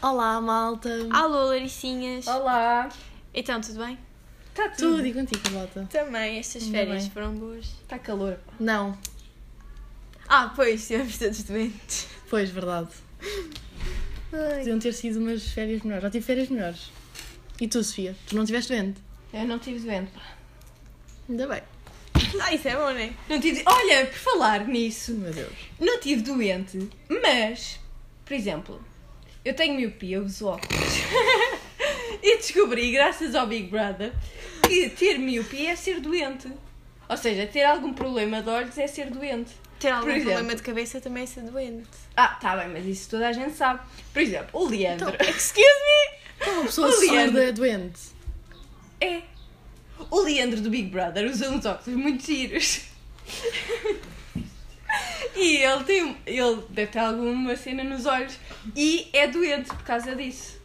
Olá, malta! Alô, Laricinhas! Olá! Tá Então, tudo bem? Está Tudo e contigo, malta? Também, estas Ainda férias bem. foram boas. Está Tá calor. Não, Ah, pois, estivemos todos doentes. pois, verdade. Podiam ter sido umas férias melhores. Já tive férias melhores. E tu, Sofia? Tu não estiveste doente? Eu não tive doente. Ainda bem. Ah, isso é bom, não é? Não tive. Olha, por falar nisso, Meu Deus. não tive doente, mas, por exemplo, eu tenho miopia, eu uso óculos. e descobri, graças ao Big Brother, que ter miopia é ser doente. Ou seja, ter algum problema de olhos é ser doente. Ter algum exemplo. problema de cabeça também é ser doente. Ah, tá bem, mas isso toda a gente sabe. Por exemplo, o Leandro. Excuse me! Então, uma pessoa O Leandro. surda é doente. É. O Leandro do Big Brother usa uns óculos muito giros. E ele tem. Ele deve ter alguma cena nos olhos. E é doente por causa disso.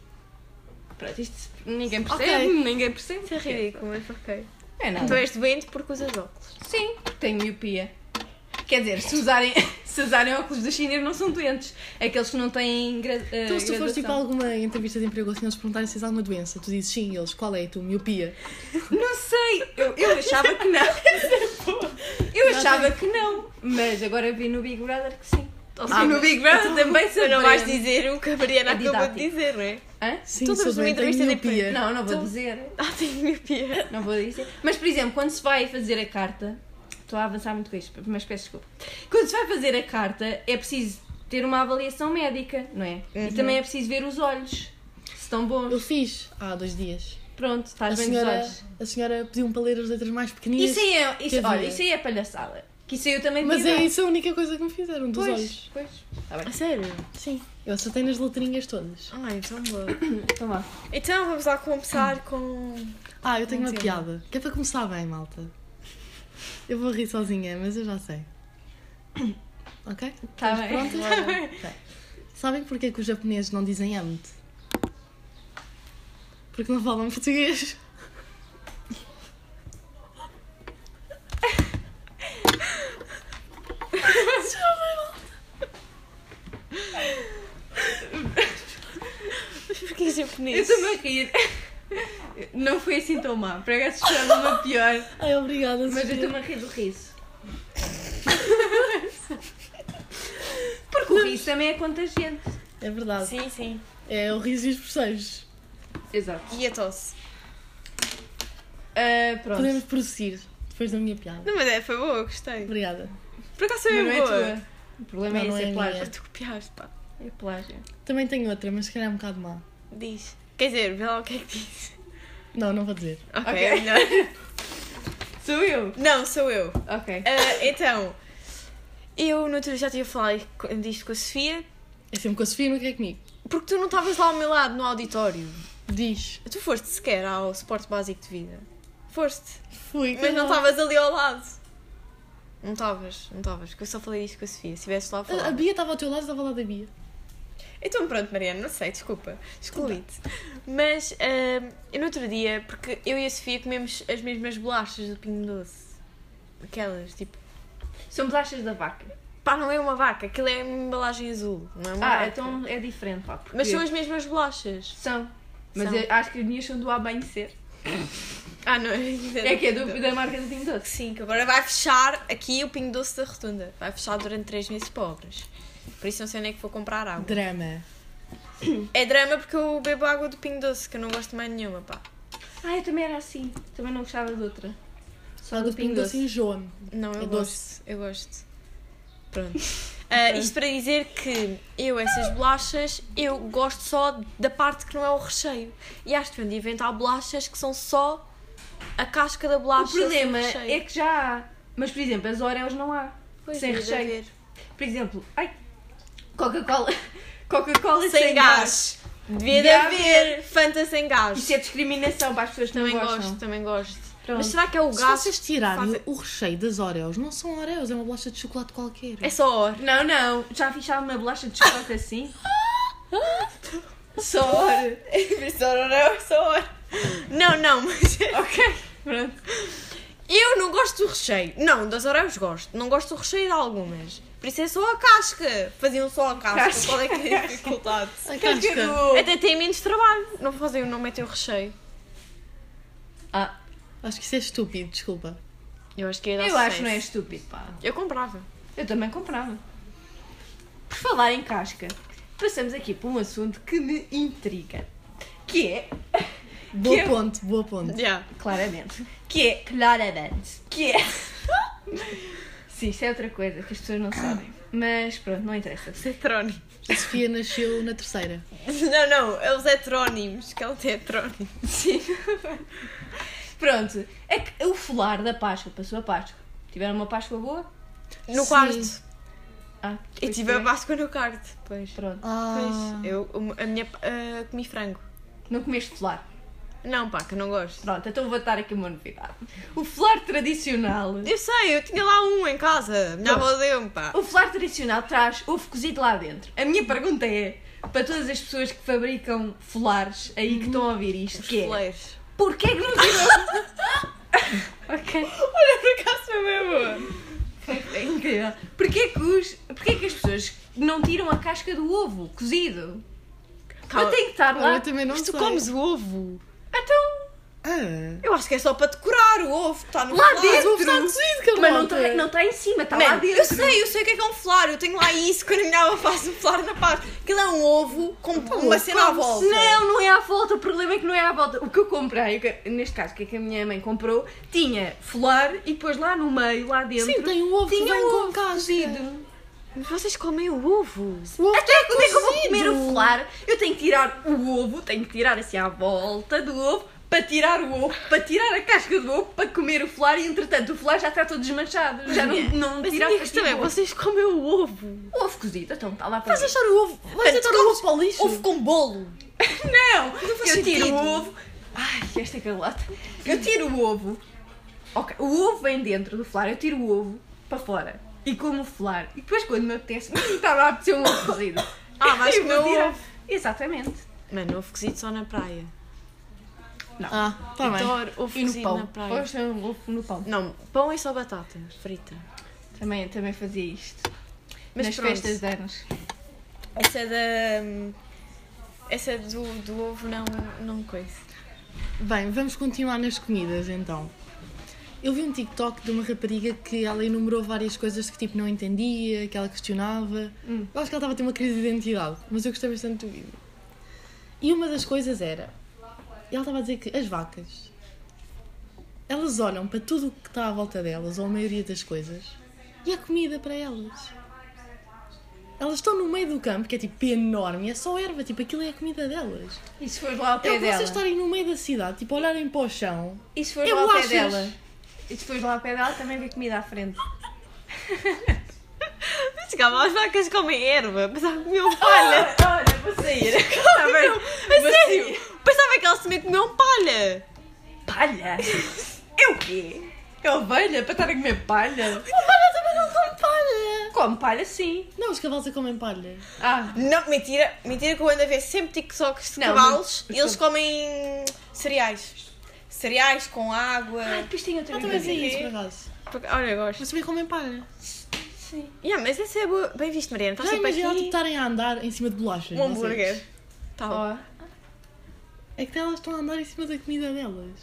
Pronto, isto ninguém percebe. Ok. Ninguém percebe. Isso é ridículo, mas ok. É Tu Então nada. és doente porque usas óculos. é- Sim, tenho miopia. Quer dizer, se usarem, se usarem óculos dos chineses não são doentes. Aqueles que não têm gra, eh, Então, se tu fores tipo a graduação. alguma entrevista de emprego assim, eles perguntarem se tens alguma doença, tu dizes sim, e eles, qual é a tua miopia? Não sei, eu, eu achava que não. Eu achava que não, mas agora vi no Big Brother que sim. Ou Ah, no Big Brother também tu não vais surpreende. dizer o que a Mariana É acabou de didático. dizer, não é? Hã? Sim, Tu dás-me sou uma doente, tenho entrevista de miopia. Não, não vou Então- dizer. Ah, tenho miopia. Não vou dizer. Mas, por exemplo, quando se vai fazer a carta. Estou a avançar muito com isto, mas peço desculpa. Quando se vai fazer a carta, é preciso ter uma avaliação médica, não é? E também é preciso ver os olhos. Se estão Uhum. Eu bons. fiz há dois dias. Pronto, A estás bem nos senhora, olhos. a senhora pediu-me para ler as letras mais pequeninas. Isso aí é, isso, Quer olha, dizer- isso aí é palhaçada. Que isso aí eu também Mas devia é dar. isso a única coisa que me fizeram, dos olhos. Pois, pois. Está bem. A sério? Sim, eu acertei nas letrinhas todas. Ah, então boa. Então vá. Então, vamos lá começar com... Ah, eu tenho uma Sim. piada. Que é para começar bem, malta. Eu vou rir sozinha, mas eu já sei. Ok? Tá bem. Pronto? Sabem porquê que os japoneses não dizem amo Porque não falam português. Mas porquê japonês? Eu estou-me a rir. Não foi assim tão má. Para cá esperava uma pior. Ai, obrigada, Mas eu Sofia. estou-me a rir do riso. Porque o riso também é contagiante. É verdade. Sim, sim. É o riso e os perceios. Exato. E a tosse? Ah, pronto. Podemos prosseguir depois da minha piada. Não, mas é, foi boa, gostei. Obrigada. Por acaso Mas foi não é boa. tua. O problema Não, não é esse, é é minha. plágio. Tu copiaste, pá. É plágio. Também tenho outra, mas se calhar é um bocado má. Diz. Quer dizer, vê lá o que é que diz. Não, não vou dizer. Ok, Ok. é melhor. Sou eu? Não, sou eu. Ok. Ah, então, eu no outro dia já tinha falado co- disto com a Sofia, É sempre com a Sofia, nunca é comigo. porque tu não estavas lá ao meu lado no auditório. Diz. Tu foste sequer ao suporte básico de vida. Foste. Fui. Mas não estavas ali ao lado. Não estavas, não estavas. que Eu só falei isto com a Sofia. Se estivesse lá a A- A falar. Bia estava ao teu lado, estava ao lado da Bia. Então pronto, Mariana, não sei, desculpa, excluí-te. Mas ah, eu no outro dia, porque eu e a Sofia comemos as mesmas bolachas do Pinho Doce. Aquelas, tipo, São bolachas da vaca. pá, não é uma vaca, aquilo é uma embalagem azul, não é uma Ah, vaca. então é diferente, pá. porque- Mas são as mesmas bolachas. São. Mas São. eu acho que as minhas são do amanhecer. Ah, não, É que é do, da marca do Pinho Doce. Sim, assim, que agora vai fechar aqui o Pinho Doce da Rotunda. Vai fechar durante 3 meses pobres. Por isso não sei nem que vou comprar água. Drama. É drama porque eu bebo água do Pinho Doce, que eu não gosto mais nenhuma, pá. Ah, eu também era assim. Também não gostava de outra. Só Só do pingo assim enjoa-me. Não, eu É gosto. doce. Eu gosto. Pronto. Ah, isto para dizer que eu, essas bolachas, eu gosto só da parte que não é o recheio. E acho que vão de inventar bolachas que são só a casca da O bolacha. sem problema recheio. é que já há. Mas, por exemplo, as Oreos não há. Pois, sem devia de recheio. haver. Por exemplo, ai, Coca-Cola. Coca-Cola sem, Sem gás. Devia de Devia haver Fanta sem gás. Isso é discriminação para as pessoas que não Também gostam. gosto, também gosto. Pronto. Mas será que é o Se gás? vocês tirarem faz- o recheio das Oreos, não são Oreos, é uma bolacha de chocolate qualquer. É só or. Não, não. Já fiz uma bolacha de chocolate assim? Só hora. É só or, é só or. Não, não, mas. Ok. Pronto. Eu não gosto do recheio. Não, das Oreos gosto. Não gosto do recheio de algumas. Por isso é só a casca. Faziam só a casca. Casca. Qual é que é a dificuldade? A Quer dizer, casca. o- Até tem menos trabalho. Não fazem, não metem o recheio. Ah, Acho que isso é estúpido, desculpa. Eu acho que é eu acho que não é estúpido, pá. Eu comprava. Eu também comprava. Por falar em casca, passamos aqui por um assunto que me intriga. Que é, Boa eu- ponte, boa ponte. claramente, que é, claramente, que é... Sim, isso é outra coisa que as pessoas não sabem. Mas pronto, não interessa. Os heterónimos. A Sofia nasceu na terceira. Não, não. É os heterónimos. Que é o tetrónimo. Sim. Pronto, é que o folar da Páscoa passou a Páscoa. Tiveram uma Páscoa boa? No Sim. quarto. Eu Ah, depois tive a tiveram- Páscoa no quarto. Pois. Pronto. Ah, Pois. Eu a minha, ah, comi frango. Não comeste folar. Não, pá, que não gosto. Pronto, então vou dar aqui uma novidade. O folar tradicional. Eu sei, eu tinha lá um em casa. Minha Pronto. avó deu-me, pá. O folar tradicional traz ovo cozido lá dentro. A minha pergunta é, para todas as pessoas que fabricam folares aí que estão a ouvir isto, Os que é, fileiros. porquê que não tirou? ok. Olha, por acaso foi bem boa. É incrível. Porquê que, os, porquê que as pessoas não tiram a casca do ovo cozido? Eu Calma. tenho que estar Olha, lá. eu também não Mas tu sei. comes o ovo? Então, Ah. Eu acho que é só para decorar o ovo, está no Lá folar. Mas dentro. o ovo está cozido, que mas não está não tá em cima, está lá Mano, eu dentro. sei, eu sei o que é que é um flar. Eu tenho lá isso quando a minha avó faz um flar na parte. Aquilo é um ovo com Então, uma cena à volta. Não, não é à volta. O problema é que não é à volta. O que eu comprei, o que- neste caso, o que é que a minha mãe comprou, tinha folar e depois lá no meio, lá dentro, Sim, tem um ovo que tinha vem um com ovo casca. cozido. Mas vocês comem o ovo? O ovo Até quando é que eu vou cozido. comer o folar? Eu tenho que tirar o ovo, tenho que tirar assim à volta do ovo, para tirar o ovo, para tirar a casca do ovo, para comer o folar e entretanto o folar já está todo desmanchado. Já não, não Mas é tipo- tira a amigos, casca também, do ovo. vocês comem o ovo. O ovo cozido, então está lá para Vais mim. achar o ovo, vais Mano, deitar tu o comes ovo para o lixo. assim, Ovo com bolo. Não! faz eu tiro sentido. o ovo. Ai, esta é calota. Eu tiro o ovo. Ok, o ovo vem dentro do flar, eu tiro o ovo para fora. E como o flar. E depois quando me apetece, hum, estava a apetecer um ovo cozido. Ah, vais Eu vou comer o tirar. ovo. Exatamente. Mano, ovo cozido só na praia. Ah, está bem. Adoro ovo E no cozido na pão. praia. Pois é, um ovo no pão. Não, pão é só batata frita. Também, também fazia isto. Mas Nas pronto. festas de anos. Essa da. Essa do, do ovo não, não coisa. Bem, vamos continuar nas comidas então. Eu vi um TikTok de uma rapariga que ela enumerou várias coisas que tipo não entendia, que ela questionava. Eu acho que ela estava a ter uma crise de identidade, mas eu gostei bastante do vídeo. E uma das coisas era, ela estava a dizer que as vacas, elas olham para tudo o que está à volta delas, ou a maioria das coisas, e é comida para elas. Elas estão no meio do campo, que é tipo enorme, e é só erva, tipo aquilo é a comida delas. E se fores lá ao É pé vocês dela? estarem no meio da cidade, tipo, olharem para o chão. E se fores Eu lá ao pé achas? dela? E se fores lá ao pé dela, também vê comida à frente. Mas calma, as vacas comem erva. Pensava que comiam palha. Olha, vou sair. Está Tá bem. A sério? Pensava que elas também comiam palha. Palha? É o quê? É ovelha? Para estar a comer palha? Olha, também não come palha! Como palha sim. Não, os cavalos é que comem palha. Ah, Não, mentira. Mentira que eu ando a ver sempre TikToks de Não, cavalos não. e eles comem cereais. Cereais com água. ai, depois tem outra Eu também coisa. sei quê? isso, por acaso. Porque- olha, eu gosto. Mas também comem palha. Sim. Yeah, mas essa é boa. Bem visto, Mariana. Estás Já sempre imaginaram, tipo, aqui. estarem a andar em cima de bolachas. Um hambúrguer. vocês? Tá bom. Ó, É que elas estão a andar em cima da comida delas.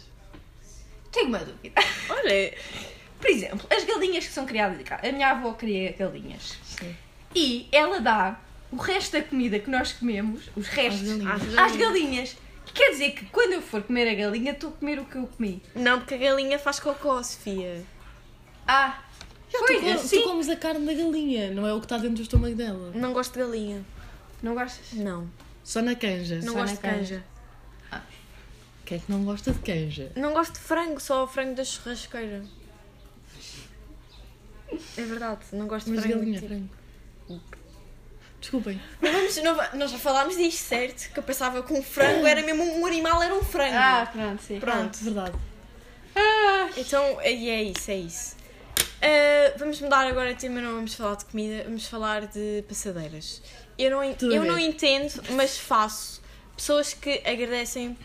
tenho uma dúvida. Olha, Por exemplo, as galinhas que são criadas em casa. A minha avó cria galinhas. Sim. E ela dá o resto da comida que nós comemos, os restos, galinhas. às galinhas. às galinhas. Que Quer dizer que quando eu for comer a galinha, estou a comer o que eu comi. Não, porque a galinha faz cocô, Sofia. Ah, Já tu, pois, co- assim. tu comes a carne da galinha, não é o que está dentro do estômago dela. Não gosto de galinha. Não gostas? Não. Só na canja. Não só gosto na de canja. Quem é que não gosta de canja? Não gosto de frango, só o frango da churrasqueira. É verdade, não gosto Mas de frango. galinha, tipo. frango. Desculpem. Não vamos, não va- nós já falámos disto, certo? Que eu pensava que um frango era mesmo um animal, era um frango. Ah, pronto, sim. Pronto. Ah, verdade. Ah, Então, e é isso, é isso. Ah, vamos mudar agora de tema, não vamos falar de comida, vamos falar de passadeiras. Eu não, en- Tudo eu bem. não entendo, mas faço. Pessoas que agradecem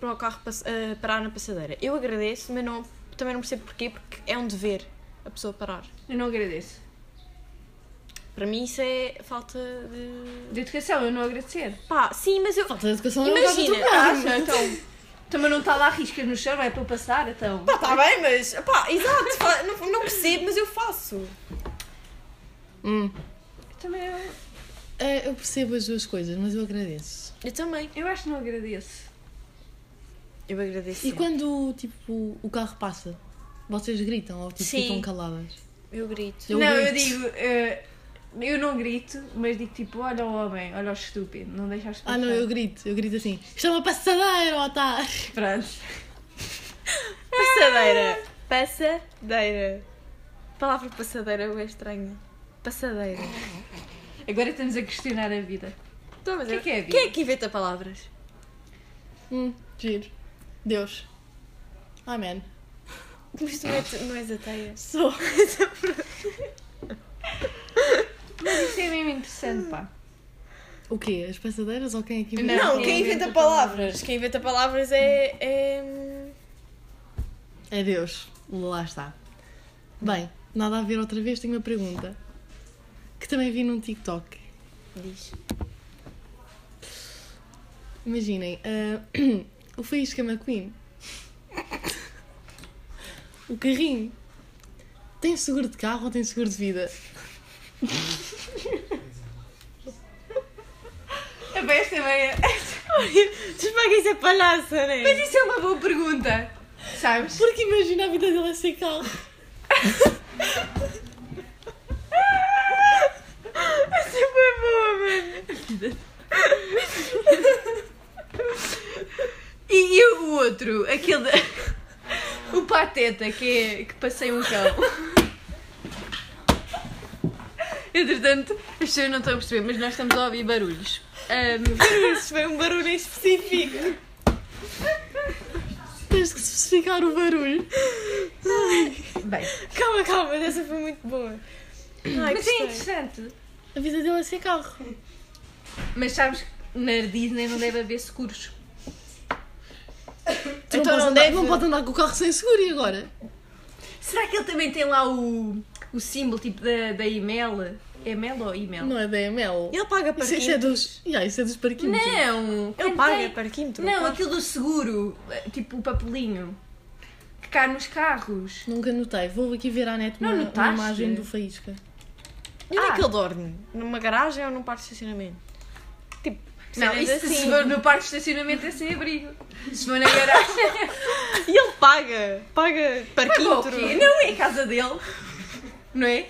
para o carro pass- ah, parar na passadeira. Eu agradeço, mas não também não percebo porquê, porque é um dever a pessoa parar. Eu não agradeço. Para mim isso é falta de. De educação, eu não agradecer. Pá, sim, mas eu. Falta de educação Imagina, é Acha, então. Também não está lá riscas no chão, é para eu passar, então. Pá, tá bem, mas. Pá, exato, fa- não, não percebo, mas eu faço. hum, Também eu, É, Eu percebo as duas coisas, mas eu agradeço. Eu também. eu acho que não agradeço. Eu agradeço. E quando, tipo, o carro passa, vocês gritam ou tipo, Sim. ficam caladas? Eu grito. Eu não, eu grito. digo. eh, eu não grito, mas digo tipo, olha o homem, olha o estúpido, não deixaste Ah, não, passar. eu grito. Eu grito assim, isto é uma passadeira, otário! Pronto. Passadeira. Passadeira. Palavra passadeira é bué estranha. Passadeira. Agora estamos a questionar a vida. Então, mas O que é eu- que é a vida? Quem é que inventa palavras? Hum, giro. Deus. Amém. Mas tu não és, não és ateia. Sou. Mas isso é mesmo interessante, pá. O quê? As passadeiras ou quem é que Não. inventa? Não, quem inventa palavras? Quem inventa palavras é. é... É Deus. Lá está. Bem, nada a ver outra vez, tenho uma pergunta. Que também vi num TikTok. Diz. Imaginem, ah, o Faísca McQueen. O carrinho. Tem seguro de carro ou tem seguro de vida? A besta é meia. Tu para que isso é palhaça, né? Mas isso é uma boa pergunta. Sabes? Porque imagina a vida dele a ser carro. Essa foi boa, mano. E, e o outro, aquele. da- O pateta que, é, que passei um cão. Entretanto, as pessoas não estão a perceber, mas nós estamos a ouvir barulhos. Ahm, Isso foi um barulho em específico. Tens que especificar o barulho. bem, Calma, calma, essa foi muito boa. Ai, mas é gostei. interessante. A vida dele a ser carro. Então Mas sabes que na Disney não deve haver seguros. Tu Então não, podes não andar, deve- não pode andar com o carro sem seguro e agora? Será que ele também tem lá o, o símbolo tipo da, da Imel? É Mel ou Imel? Não é da ML. Ele paga Isso, isso parquímetro. é dos. Yeah, isso é dos parquímetros. Não! Ele quem paga tem- parquímetro. Não, pá. aquilo do seguro, eh, tipo o papelinho, que cai nos carros. Nunca notei. Vou aqui ver à net Não uma, uma notaste? imagem do Faísca. E onde Ah. é que ele dorme? Numa garagem ou num parque de estacionamento? Tipo, Não, cenas isso se for no parque de estacionamento é sem abrigo. Se for na garagem, E ele paga. Paga pagou o parquímetro. quê? Não é a casa dele, não é?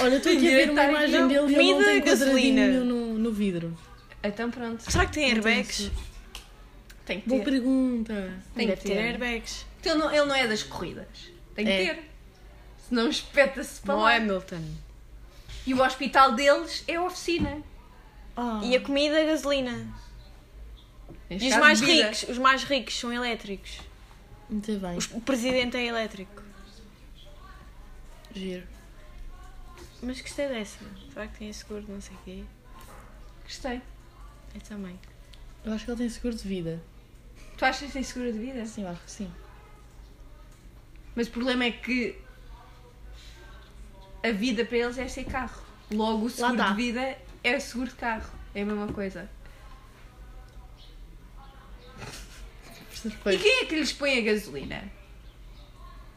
Olha, estou aqui a ver Direito uma está aqui, imagem dele e ele não comida tem e gasolina. quadradinho nenhum no, no vidro. Então pronto, Será que tem Não tem airbags? seguro. tem que Boa ter. pergunta. Tem Deve que ter ter. airbags. Então Ele não, ele não é das corridas. Tem que É. ter. Senão espeta-se para Não lá. é Hamilton. E o hospital deles é a oficina. Ah. E a comida, a gasolina. Neste E os caso, mais bebida. ricos, os mais ricos são elétricos. é- Muito bem. Os- O presidente é elétrico. Giro. Mas gostei dessa. Será que tem seguro de não sei o quê? Gostei. Eu também. Eu acho que ele tem seguro de vida. Tu achas que tem seguro de vida? Sim, eu acho que sim. Mas o problema é que a vida para eles é ser carro. Logo, o seguro tá. de vida é o seguro de carro. É a mesma coisa. E Pois. quem é que lhes põe a gasolina?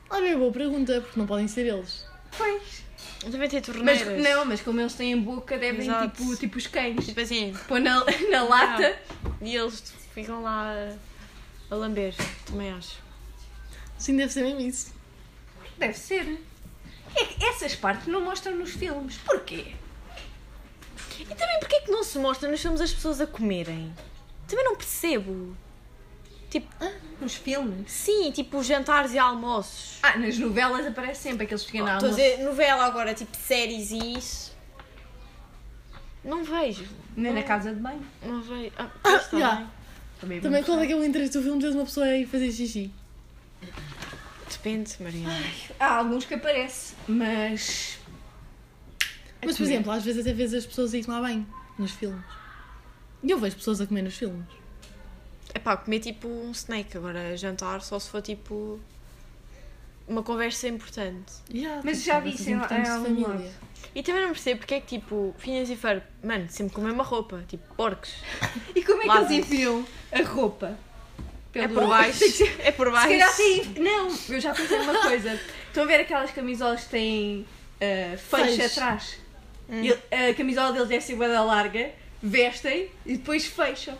Olha, é boa pergunta, porque não podem ser eles. Pois. Eu também tenho Mas, torneiras. não, mas como eles têm boca, devem Exato. tipo, tipo os E cães. Tipo assim. Põe na, na lata. E eles ficam lá a, a lamber. Também acho. Sim, deve ser mesmo isso. Deve ser. É que essas partes não mostram nos filmes. Porquê? E também porque é que não se mostra? Nós somos as pessoas a comerem. Também não percebo. Tipo, Nos filmes? sim, tipo jantares e almoços. Ah, nas novelas aparece sempre aqueles pequenos Estou Oh, a almoços. dizer novela agora, tipo séries e isso. Não vejo. Nem na casa de banho. Não vejo. Ah, pois está já. bem. Também, Também qual é que é o interesse do filme de uma pessoa ir fazer xixi? Depende, Mariana. Há alguns que aparece, mas é Mas, por comer. exemplo, às vezes até vês as pessoas a ir lá bem nos filmes. E eu vejo pessoas a comer nos filmes. É pá, comer tipo um snack agora, jantar só se for tipo uma conversa importante. Yeah, Mas tipo, já vi coisas isso em- em importantes de algum família. lado. E também não percebo porque é que, tipo, Phineas e Ferb, mano, sempre com a mesma roupa, tipo, porcos. E como é que Lá eles dentro. enfiam a roupa? É Pelo- por baixo, é por Se calhar baixo. tem. Não, eu já pensei numa coisa. Estão a ver aquelas camisolas que têm ah, feixe Feixe. atrás? Hum. E a camisola deles deve ser guarda larga, vestem e depois fecham.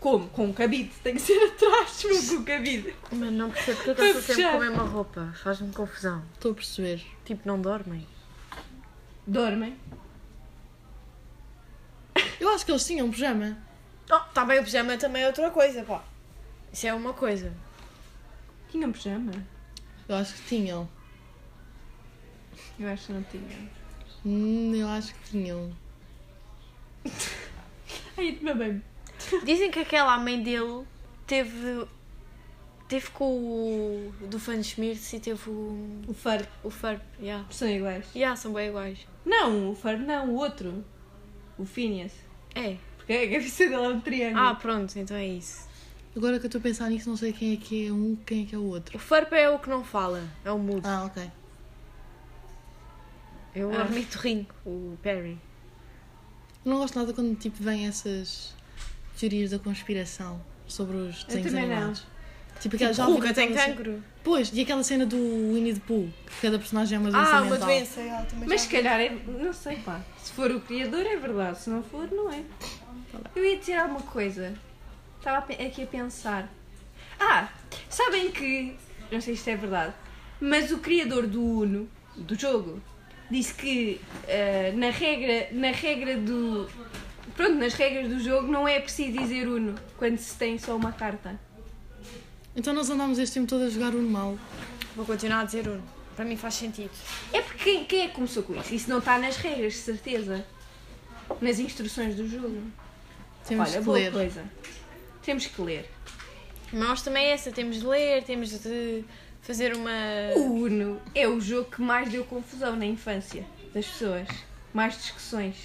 Como? Com um cabide. Tem que ser atrás, mas com um cabide. Mano, não percebo porque é que Vai eles estão sempre puxar. com a mesma roupa, faz-me confusão. Estou a perceber. Tipo, não dormem. Dormem. Eu acho que eles tinham um pijama. Oh, tá bem, o pijama também é outra coisa, pá. Isso é uma coisa. Tinham pijama? Eu acho que tinham. Eu acho que não tinham. Hum, eu acho que tinham. Ai, meu bem. Dizem que aquela mãe dele teve. Teve com o. do Fanschmirtz e teve o. O far o Ferb, yeah. são iguais. Yeah, são bem iguais. Não, o far não, o outro. O Phineas. É. Porque a cabeça dele é um triângulo. Ah, pronto, então é isso. Agora que eu estou a pensar nisso, não sei quem é que é um, quem é que é o outro. O Ferb é o que não fala, é o mudo. Ah, ok. É o Ah. ornitorrinco, o Perry. Eu não gosto nada quando tipo, vêm essas teorias da conspiração sobre os desenhos também não. animados. Tipo, O aquela- já ouvi Ruga tem aquela cena- cancro. Pois, e aquela cena do Winnie the Pooh, que cada personagem é uma doença Ah, uma mental. doença. ah, também Mas Mas se calhar é. Não sei, pá. Se for o criador é verdade, se não for, não é. Eu ia dizer alguma coisa. Estava a pe- aqui a pensar. Ah, sabem que. Não sei se isto é verdade, mas o criador do Uno, do jogo, disse que ah, na, regra, na regra do. Pronto, nas regras do jogo não é preciso dizer Uno quando se tem só uma carta. Então nós andámos este tempo todo a jogar o mal. Vou continuar a dizer Uno. Para mim faz sentido. É porque quem, quem é que começou com isso? Isso não está nas regras, de certeza. Nas instruções do jogo. Temos Olha, que boa ler. coisa. Temos que ler. Nós também é essa, temos de ler, temos de fazer uma. O Uno é o jogo que mais deu confusão na infância das pessoas. Mais discussões.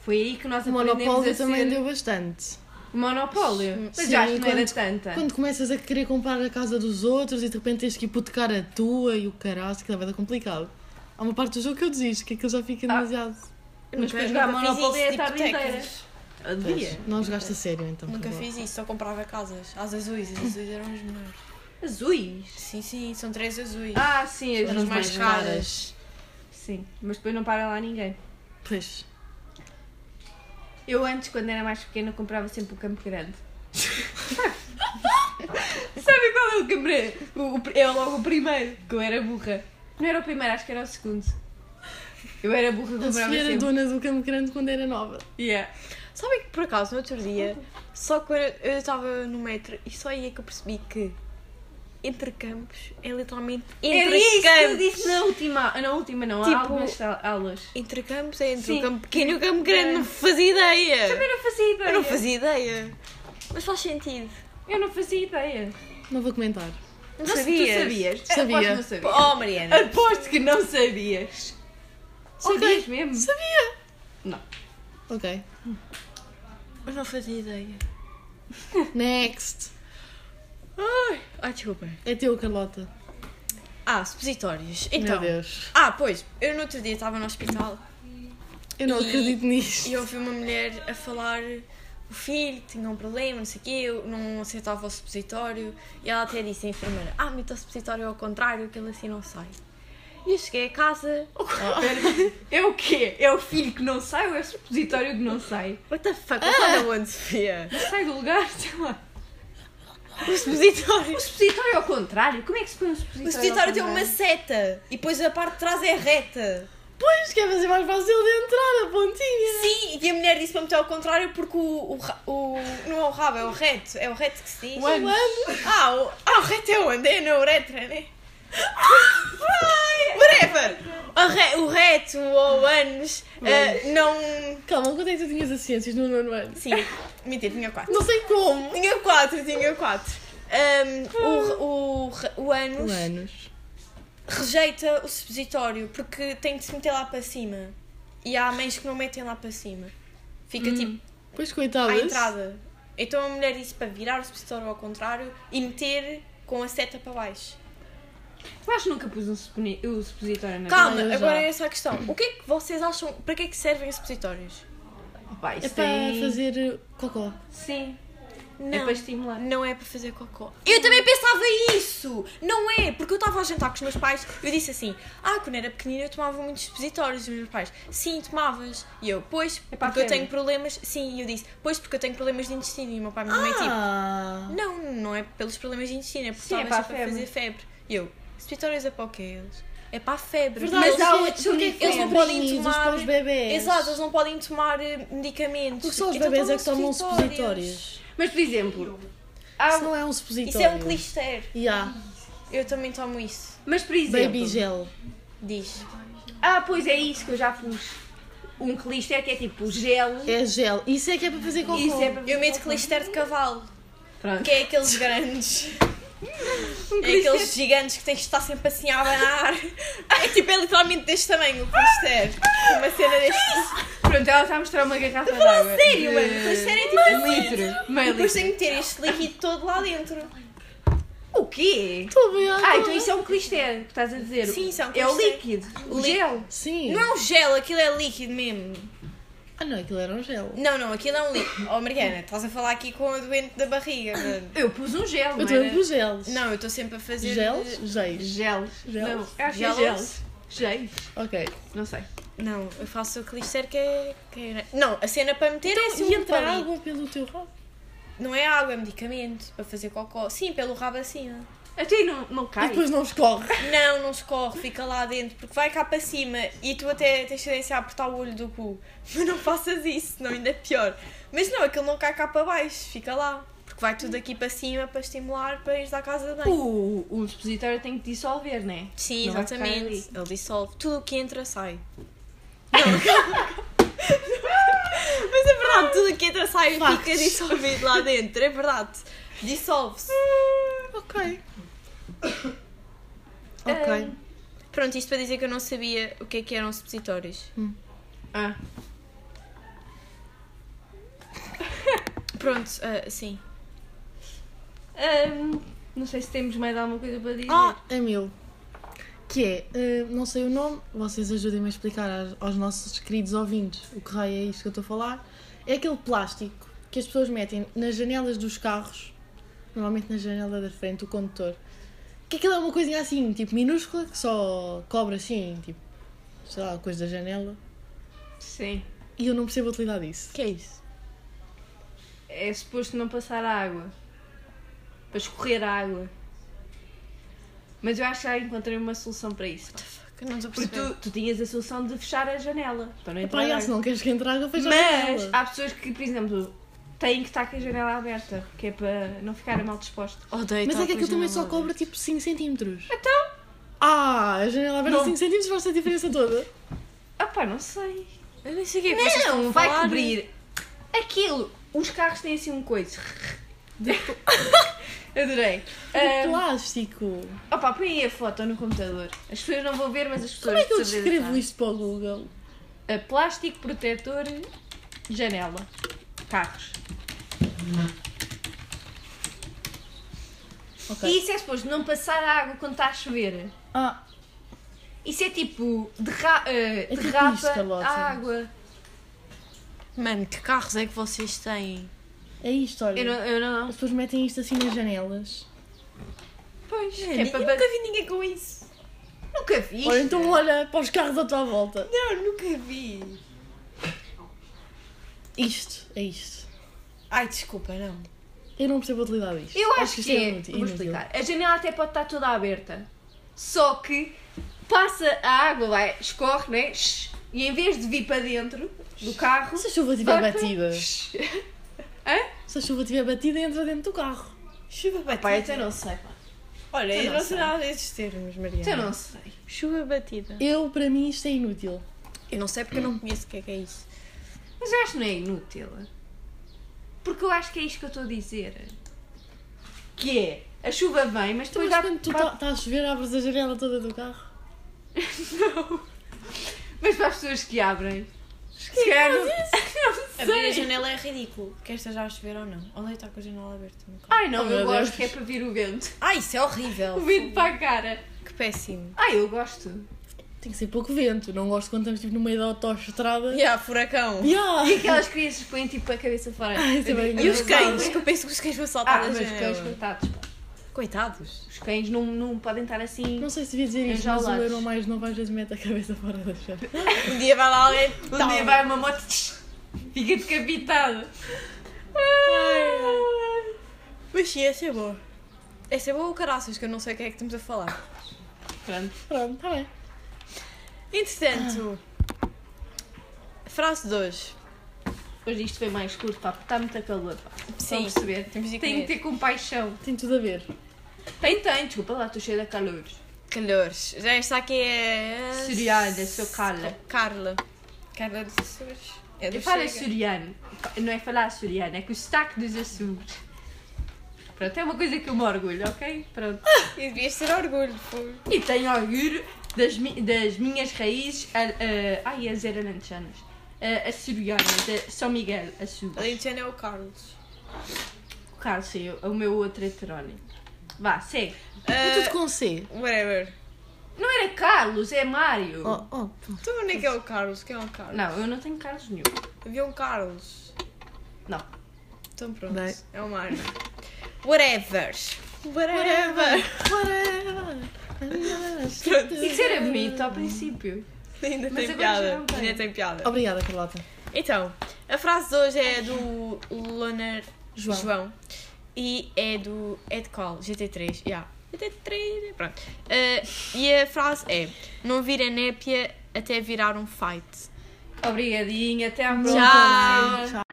Foi aí que nós O aprendemos a Monopólio ser... também deu bastante. Monopólio. Mas Sim, já acho que não era quando- tanta. Quando começas a querer comprar a casa dos outros e de repente tens que hipotecar a tua e o caralho, que vai dar complicado. Há uma parte do jogo que eu desisto, que aquilo já fica Ah. demasiado. Mas Nunca- para jogar nunca fiz Monopólio é a isso, tipo, tarde inteira. teclas. Havia. Não jogaste a sério então. Nunca por favor. fiz isso, só comprava casas. Às azuis, as azuis eram as menores. Azuis. Sim, sim, são três azuis. Ah, sim, Eram Eram as azuis. as mais mais caras. Sim, mas depois não para lá ninguém. Pois. Eu antes, quando era mais pequena, comprava sempre o Campo Grande. Sabe qual é o Campo Grande? O- o- É logo o primeiro, que eu era burra. Não era o primeiro, acho que era o segundo. Eu era burra, A comprava Sofia era sempre. dona do Campo Grande quando era nova. Yeah. Sabem que por acaso, no outro dia, só quando eu estava no metro e só aí é que eu percebi que entre campos é literalmente Era entre isso que eu campos. disse na última, na última não, há Tipo- algumas a- aulas. Entre campos é entre Sim. o campo pequeno e o campo grande, não fazia ideia. Também não fazia ideia. Eu não fazia ideia. Mas faz sentido. Eu não fazia ideia. Não vou comentar. Não Tu- sabias? Tu sabias? Sabia. Aposto que não sabias. Oh, Mariana. Aposto que não sabias. Sabias mesmo? Sabia! Não. Ok. Eu não fazia ideia. Next. Ai, ai desculpa. É teu, Carlota. Ah, supositórios. Então. Meu Deus. Ah, pois, eu no outro dia estava no hospital Eu não E- acredito nisto. e ouvi uma mulher a falar o filho tinha um problema, não sei o quê, eu não aceitava o supositório e ela até disse à enfermeira, ah, mete o supositório ao contrário, que ele assim não sai. E eu cheguei a casa, É o quê? É o filho que não sai ou é o supositório que não sai? what the fuck, ah. sai da onde, Sofia? Sai do lugar, sei lá. O supositório. O Um supositório ao contrário? Como é que se põe um supositório? O supositório ao tem uma contrário? seta e depois a parte de trás é reta. Pois, que é fazer mais fácil de entrar, a pontinha. Sim, e a mulher disse para meter ao contrário porque o, o, ra- o- Não é o rabo, é o reto. É o reto que se diz. O Um ânus. Ah, o, ah, o reto é onde? É na uretra, né? Whatever! O, re- o reto ou o ânus eh, não. Calma, quanto é que tu tinhas as ciências no nono ano? Sim, mentira, tinha quatro. Não sei como. Tinha quatro, tinha quatro. Ahm, o, o, re- o Um ânus anos. rejeita o supositório porque tem de se meter lá para cima. E há mães que não metem lá para cima. Fica tipo Pois, à coitadas. entrada. Então a mulher disse para virar o supositório ao contrário e meter com a seta para baixo. Eu acho que nunca pus um supone- o supositório na Calma, eu já. agora é essa a questão. O que é que vocês acham? Para que é que servem os supositórios? vida. Pá, isso É para tem- fazer eh, cocó. Sim, Não. é para estimular. Não é para fazer cocó. Eu também pensava isso! Não é! Porque eu estava a jantar com os meus pais e eu disse assim: Ah, quando era pequenina eu tomava muitos supositórios. E os meus pais: Sim, tomavas. E eu: Pois, É para a porque eu febre. tenho problemas. Sim, e eu disse: Pois, porque eu tenho problemas de intestino. E o meu pai e a minha mãe, tipo: Ah, Não, não é pelos problemas de intestino, é porque Sim, é talvez para é para a fazer febre. febre. E eu: Supositórios é para o quê? Eles? É para a febre. é Verdade, Eles- Tipo, há outros porque Eles não diferentes. podem Os tomar. para os bebés. Exato, eles não podem tomar eh, medicamentos. É. Porque só os Então bebés é que tomam supositórios. supositórios. Mas, por exemplo, há- Isso não é um supositório. Isso é um clister. Yeah. Eu também tomo isso. mas, por exemplo, Baby gel. Diz. ah, pois é isso que eu já pus. Um clister que é tipo gel. É gel. Isso é que é para fazer cocó. Isso é para Eu meto clister de cavalo, Pronto. que é aqueles grandes. Um É aqueles gigantes que tens de estar sempre assim a abanar. É tipo, é literalmente deste tamanho o clister. Uma cena deste. Pronto, ela está a mostrar uma garrafa de água. Sério, de- mano. O clister é tipo Um assim. litro. Meio Depois litro. tenho que ter este líquido todo lá dentro. O quê? Estou bem. Ah, então isso é um clister que estás a dizer. Sim, isso é um É o clister. líquido. O Li- gel. Sim. Não é um gel, aquilo é líquido mesmo. Ah, não, aquilo era um gel. Não, não, aquilo é um líquido. Oh, Mariana, estás a falar aqui com a doente da barriga, mano. Eu pus um gel, Eu não estou a era? ver os gels. Não, eh, eu estou sempre a fazer. Gels? Geis. Gelos. Gels. Não, eu acho que é Gelos? gelos. Géis. Ok. Não sei. Não, eu faço o clister que é. que é- Não, a cena para meter é assim E um entra palito. água pelo teu rabo? Não é água, é medicamento para fazer cocó. Sim, pelo rabo acima. Até não, não E cai. depois não escorre. Não, não escorre, fica lá dentro, porque vai cá para cima e tu até tens tendência a apertar o olho do cu. Mas não faças isso, senão ainda é pior. Mas não, aquilo não cai cá para baixo, fica lá. Porque vai tudo aqui para cima para estimular para ir da casa bem. O, o supositório tem que dissolver, né? Sim, Não vai ficar exatamente. Ele dissolve. Tudo o que entra sai. Não. Mas é verdade, tudo o que entra sai e fica Factos. dissolvido lá dentro. É verdade. Dissolve-se. Ok. Ok. Ok. Pronto, isto para dizer que eu não sabia o que é que eram supositórios. Ah. Pronto, ah, sim. Ahm, não sei se temos mais alguma coisa para dizer. Ah, é meu. Que é, eh, não sei o nome, vocês ajudem-me a explicar aos- aos nossos queridos ouvintes o que raio é isto que eu estou a falar. É aquele plástico que as pessoas metem nas janelas dos carros, normalmente na janela da frente, do condutor. Que aquilo é uma coisinha assim, tipo minúscula, que só cobre assim, tipo, sei lá, coisa da janela. Sim. E eu não percebo a utilidade disso. O que é isso? É suposto não passar a água. Para escorrer a água. Mas eu acho que já encontrei uma solução para isso. Eu não estou a Porque perceber. tu, tu tinhas a solução de fechar a janela. Para não entrar Epá, e água. É se não queres que entre água, fez a Mas janela. há pessoas que, por exemplo, têm que estar com a janela aberta. Que é para não ficarem mal dispostos. Odeio Mas Então, tal é que aquilo coisa também na só moda. cobra tipo 5 centímetros. Então? Ah, a janela aberta Não. 5 centímetros faz a diferença toda. Tipo, Ah pá, não sei. Eu nem sei o que é que vocês estão Não, a vai falar. cobrir aquilo. Os carros têm assim um coisa. Adorei. De Ah, plástico. opa, põe aí a foto no computador. As pessoas não vão ver, mas as pessoas. Como é que eu de certeza descrevo sabem. isto para o Google? A plástico protetor janela. Carros. Ok. E isso é suposto não passar a água quando está a chover. Ah, Isso é tipo derra ah, É tipo derrapa isto, Carlota. a água. Mano, que carros é que vocês têm? é isto, olha. Eu não, eu não. É, As pessoas metem isto assim nas janelas. Pois. Mano, É eu para nunca nunca... vi ninguém com isso. nunca vi. Olha, então olha para os carros à tua volta. Não, nunca vi. Isto, é isto. Ai, desculpa, não. Eu não percebo a utilidade disto. Eu acho, que, é. inútil. Vou explicar. A janela até pode estar toda aberta. Só que passa a água, vai, escorre, né? Shhh. E em vez de vir para dentro do carro. Se a chuva tiver vai para- batida, Shhh. se a chuva tiver batida, entra dentro do carro. Chuva batida. Pá, então não sei, pá. Olha, é eu eu não não sei sei nada desses termos, é Mariana. Então não sei. Chuva batida. Eu, para mim, isto é inútil. Eu não sei porque eu não conheço o que é que é isso. Mas eu acho que não é inútil. Porque eu acho que é isto que eu estou a dizer. Que é. A chuva vem, mas Então, depois mas dá. quando tu dá- estás a chover, abres a janela toda do carro. Mas para as pessoas que abrem. Se calhar não... não Abrir a janela é ridículo. Quer esteja a chover ou não. Ou deitar com a janela aberta no carro. Ai não, Oh, meu eu Deus. Oh, gosto que é para vir o vento. Ah, isso é horrível. O vento para a cara. Que péssimo. Ai, eu gosto. Tem que ser pouco vento. Não gosto quando estamos tipo, no meio da autoestrada. Yeah, furacão. Yeah. E aquelas crianças que põem tipo a cabeça fora. Ah, isso é bem E os cães? Que eu penso que os cães vão saltar Ah, da mas os janela. cães, coitados. pá. Coitados. Os cães não, não podem estar assim. Não sei se devia dizer isto, mas o Enjaulados. euro mais novo às vezes mete a cabeça fora da chave. Um dia vai lá alguém. Um dia vai uma moto fica decapitada. Mas sim, essa é boa. Essa é boa ou caraças, que eu não sei o que é que estamos a falar. Pronto. Pronto, está bem. Entretanto, Ah. frase de hoje. Hoje isto foi mais curto, pá, porque está muito calor, pá. Estão a Sim, perceber? temos de ir Tem que comer. ter compaixão. Tem tudo a ver. Tem, tem, desculpa lá, estou cheia de calor. Calores. Já esta aqui é. Soriana, sou Carla. Carla. Carla dos Açores. É do Eu falo Chega. açoriano. Não é falar açoriano, é que o sotaque dos Açores. Pronto, é uma coisa que eu me orgulho, ok? Pronto. E devias ter orgulho, pô. E tenho orgulho das, mi- das minhas raízes. a- a- ai, as eralanchanas. Uh, açorianas, de São Miguel, Açores. Alentejano é o Carlos. O Carlos, sim, o meu outro heterónimo. Vá, segue. É tudo Ah, com C. whatever. Não era Carlos, é Mário. Oh, oh, pronto. Tu onde é que é o Carlos? Quem é o Carlos? Não, eu não tenho Carlos nenhum. Havia um Carlos. Não. Então pronto. Bem. É o Mário. Whatever. Whatever. Isso era é bonito ao princípio. Ainda Mas tem agora já piada. não tem. Ainda tem piada. Obrigada, Carlota. Então, a frase de hoje é do Leonard João. João. e é do é de qual? GT3, já. GT3, pronto. Eh, e a frase é: Não vira népia até virar um fight. Obrigadinha, até à Tchau. próxima. Tchau.